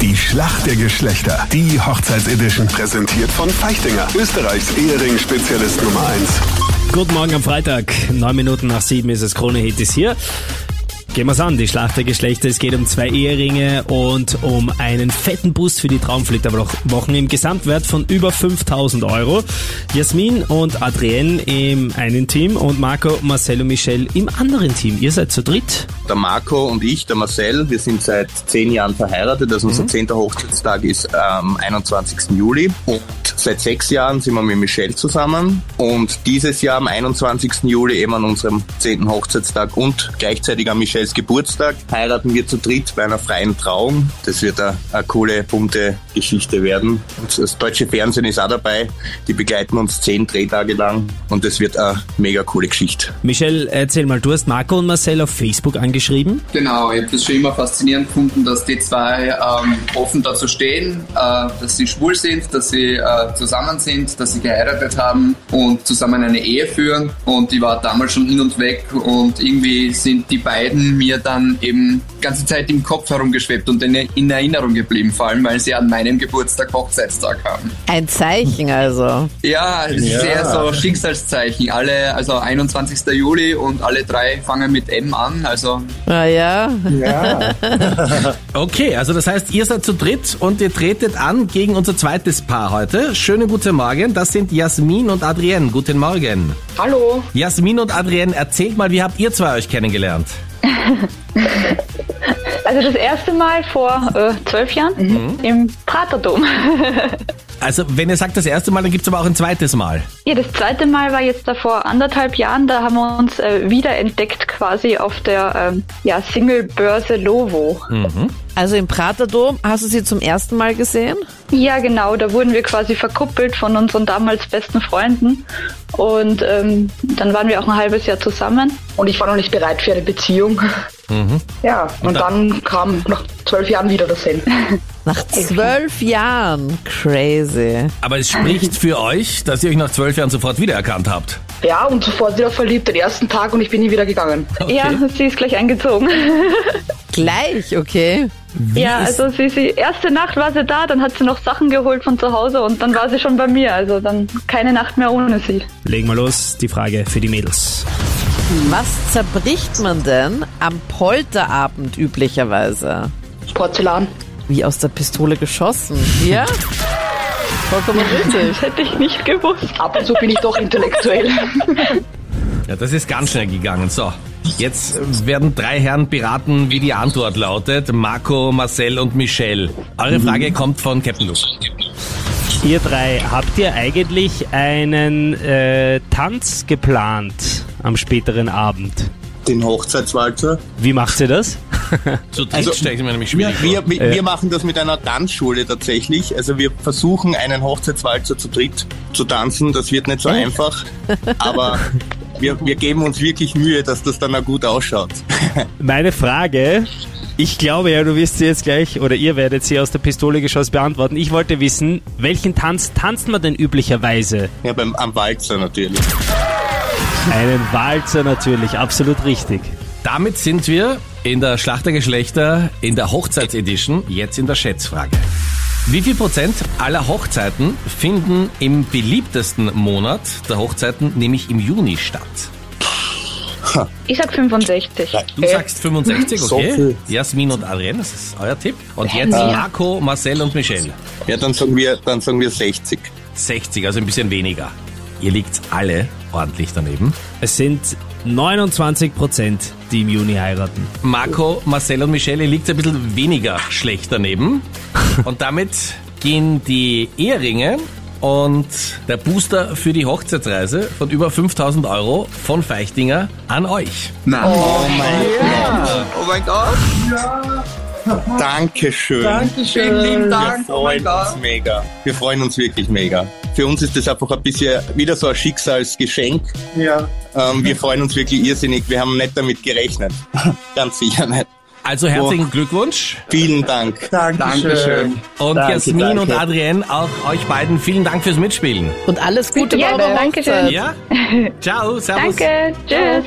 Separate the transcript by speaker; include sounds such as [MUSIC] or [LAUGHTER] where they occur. Speaker 1: Die Schlacht der Geschlechter. Die Hochzeitsedition. Präsentiert von Feichtinger. Österreichs Ehering-Spezialist Nummer 1.
Speaker 2: Guten Morgen am Freitag. Neun Minuten nach sieben ist es Krone Hit ist hier. Gehen wir's an, die Schlacht der Geschlechter. Es geht um zwei Eheringe und um einen fetten Boost für die Traumflitterwochen im Gesamtwert von über 5000 Euro. Jasmin und Adrienne im einen Team und Marco, Marcel und Michelle im anderen Team. Ihr seid zu dritt.
Speaker 3: Der Marco und ich, der Marcel, wir sind seit zehn Jahren verheiratet. Also unser zehnter Hochzeitstag ist am 21. Juli. Und seit sechs Jahren sind wir mit Michelle zusammen. Und dieses Jahr am 21. Juli, eben an unserem zehnten Hochzeitstag und gleichzeitig an Michelles Geburtstag, heiraten wir zu dritt bei einer freien Trauung. Das wird eine, eine coole, bunte Geschichte werden. Und das deutsche Fernsehen ist auch dabei. Die begleiten uns zehn Drehtage lang. Und das wird eine mega coole Geschichte.
Speaker 2: Michelle, erzähl mal, du hast Marco und Marcel auf Facebook angeschrieben.
Speaker 4: Genau, ich habe das schon immer faszinierend gefunden, dass die zwei ähm, offen dazu stehen, äh, dass sie schwul sind, dass sie äh, zusammen sind, dass sie geheiratet haben und zusammen eine Ehe führen. Und ich war damals schon hin und weg und irgendwie sind die beiden mir dann eben die ganze Zeit im Kopf herumgeschwebt und in, in Erinnerung geblieben, vor allem weil sie an meinem Geburtstag Hochzeitstag haben.
Speaker 5: Ein Zeichen also.
Speaker 4: Ja, es ist
Speaker 3: Ja.
Speaker 4: sehr so Schicksalszeichen. Alle, also 21. Juli und alle drei fangen mit M an, also
Speaker 5: Ah ja.
Speaker 6: Okay, also das heißt, ihr seid zu dritt und ihr tretet an gegen unser zweites Paar heute. Schönen guten Morgen, das sind Jasmin und Adrienne. Guten Morgen.
Speaker 7: Hallo,
Speaker 6: Jasmin und Adrienne, erzählt mal, wie habt ihr zwei euch kennengelernt?
Speaker 7: also das erste Mal vor äh, zwölf Jahren im Praterdom.
Speaker 6: Also, wenn ihr sagt das erste Mal, dann gibt's aber auch ein zweites Mal.
Speaker 7: [LAUGHS] ja, das zweite Mal war jetzt da vor anderthalb Jahren, da haben wir uns äh, wiederentdeckt quasi auf der ähm, ja, Singlebörse Lovo.
Speaker 5: Also im Praterdom hast du sie zum ersten Mal gesehen?
Speaker 7: Ja, genau, da wurden wir quasi verkuppelt von unseren damals besten Freunden und ähm, dann waren wir auch ein halbes Jahr zusammen.
Speaker 8: Und ich war noch nicht bereit für eine Beziehung. Ja, und dann kam nach zwölf Jahren wieder das Hin.
Speaker 5: Nach zwölf Jahren. Crazy.
Speaker 6: Aber es spricht für euch, dass ihr euch nach zwölf Jahren sofort wiedererkannt habt.
Speaker 8: Ja, und sofort wieder verliebt den ersten Tag und ich bin nie wieder gegangen.
Speaker 7: Ja, [LAUGHS] sie ist gleich eingezogen.
Speaker 5: Gleich, okay.
Speaker 7: ja, also sie, sie erste Nacht war sie da, dann hat sie noch Sachen geholt von zu Hause und dann war sie schon bei mir. Also dann keine Nacht mehr ohne sie.
Speaker 2: Legen wir los, die Frage für die Mädels.
Speaker 5: Was zerbricht man denn am Polterabend üblicherweise?
Speaker 8: Porzellan.
Speaker 5: Wie aus der Pistole geschossen. [LAUGHS] Ja? Vollkommen richtig.
Speaker 7: Das hätte ich nicht gewusst.
Speaker 8: Ab und zu bin ich doch intellektuell.
Speaker 6: Ja, das ist ganz schnell gegangen. So, jetzt äh, werden drei Herren beraten, wie die Antwort lautet. Marco, Marcel und Michelle. Eure Frage kommt von Captain Luke.
Speaker 2: Ihr drei, habt ihr eigentlich einen äh, Tanz geplant am späteren Abend?
Speaker 3: Den Hochzeitswalzer.
Speaker 2: Wie macht ihr das?
Speaker 6: Zu dritt stelle ich mir nämlich schwierig
Speaker 3: Wir,
Speaker 6: vor.
Speaker 3: wir, wir, wir machen das mit einer Tanzschule tatsächlich. Also wir versuchen einen Hochzeitswalzer zu dritt zu tanzen. Das wird nicht so einfach. Aber wir, wir geben uns wirklich Mühe, dass das dann auch gut ausschaut.
Speaker 2: Meine Frage, ich glaube ja, du wirst sie jetzt gleich oder ihr werdet sie aus der Pistole geschossen beantworten. Ich wollte wissen, welchen Tanz tanzt man denn üblicherweise?
Speaker 3: Ja, beim, am Walzer natürlich.
Speaker 2: Einen Walzer natürlich, absolut richtig.
Speaker 6: Damit sind wir in der Schlacht der Geschlechter, in der Hochzeitsedition, jetzt in der Schätzfrage. Wie viel Prozent aller Hochzeiten finden im beliebtesten Monat der Hochzeiten, nämlich im Juni, statt?
Speaker 7: Ich sag 65.
Speaker 6: Du sagst 65,
Speaker 3: Äh, So
Speaker 6: okay?
Speaker 3: viel.
Speaker 6: Jasmin und Adrienne, das ist euer Tipp. Und jetzt Marco, Marcel und Michelle.
Speaker 3: Ja, dann sagen wir, dann sagen wir 60.
Speaker 6: 60, also ein bisschen weniger. Ihr liegt alle ordentlich daneben.
Speaker 2: Es sind 29 Prozent, die im Juni heiraten.
Speaker 6: Marco, Marcel und Michelle liegt ein bisschen weniger
Speaker 3: [LAUGHS]
Speaker 6: schlecht daneben. Und damit gehen die Eheringe und der Booster für die Hochzeitsreise von über 5000 Euro von Feichtinger an euch.
Speaker 3: Oh mein Gott. Dankeschön.
Speaker 4: Vielen lieben
Speaker 3: Wir
Speaker 4: Dank. Oh mein
Speaker 3: freuen
Speaker 4: Gott.
Speaker 3: uns mega. Wir freuen uns wirklich mega. Für uns ist das einfach ein bisschen wieder so ein Schicksalsgeschenk. Ja. Ähm, wir freuen uns wirklich irrsinnig. Wir haben nicht damit gerechnet. Ganz sicher nicht.
Speaker 6: Also herzlichen Glückwunsch.
Speaker 3: Vielen Dank.
Speaker 4: Dankeschön.
Speaker 6: Und
Speaker 3: Danke,
Speaker 6: Jasmin
Speaker 3: danke.
Speaker 6: und Adrienne, auch euch beiden vielen Dank fürs Mitspielen.
Speaker 5: Und alles Gute bei
Speaker 7: Ja,
Speaker 3: [LAUGHS]
Speaker 5: eurer
Speaker 7: danke schön.
Speaker 5: Hochzeit.
Speaker 6: Ja? Ciao, servus.
Speaker 7: Danke, tschüss.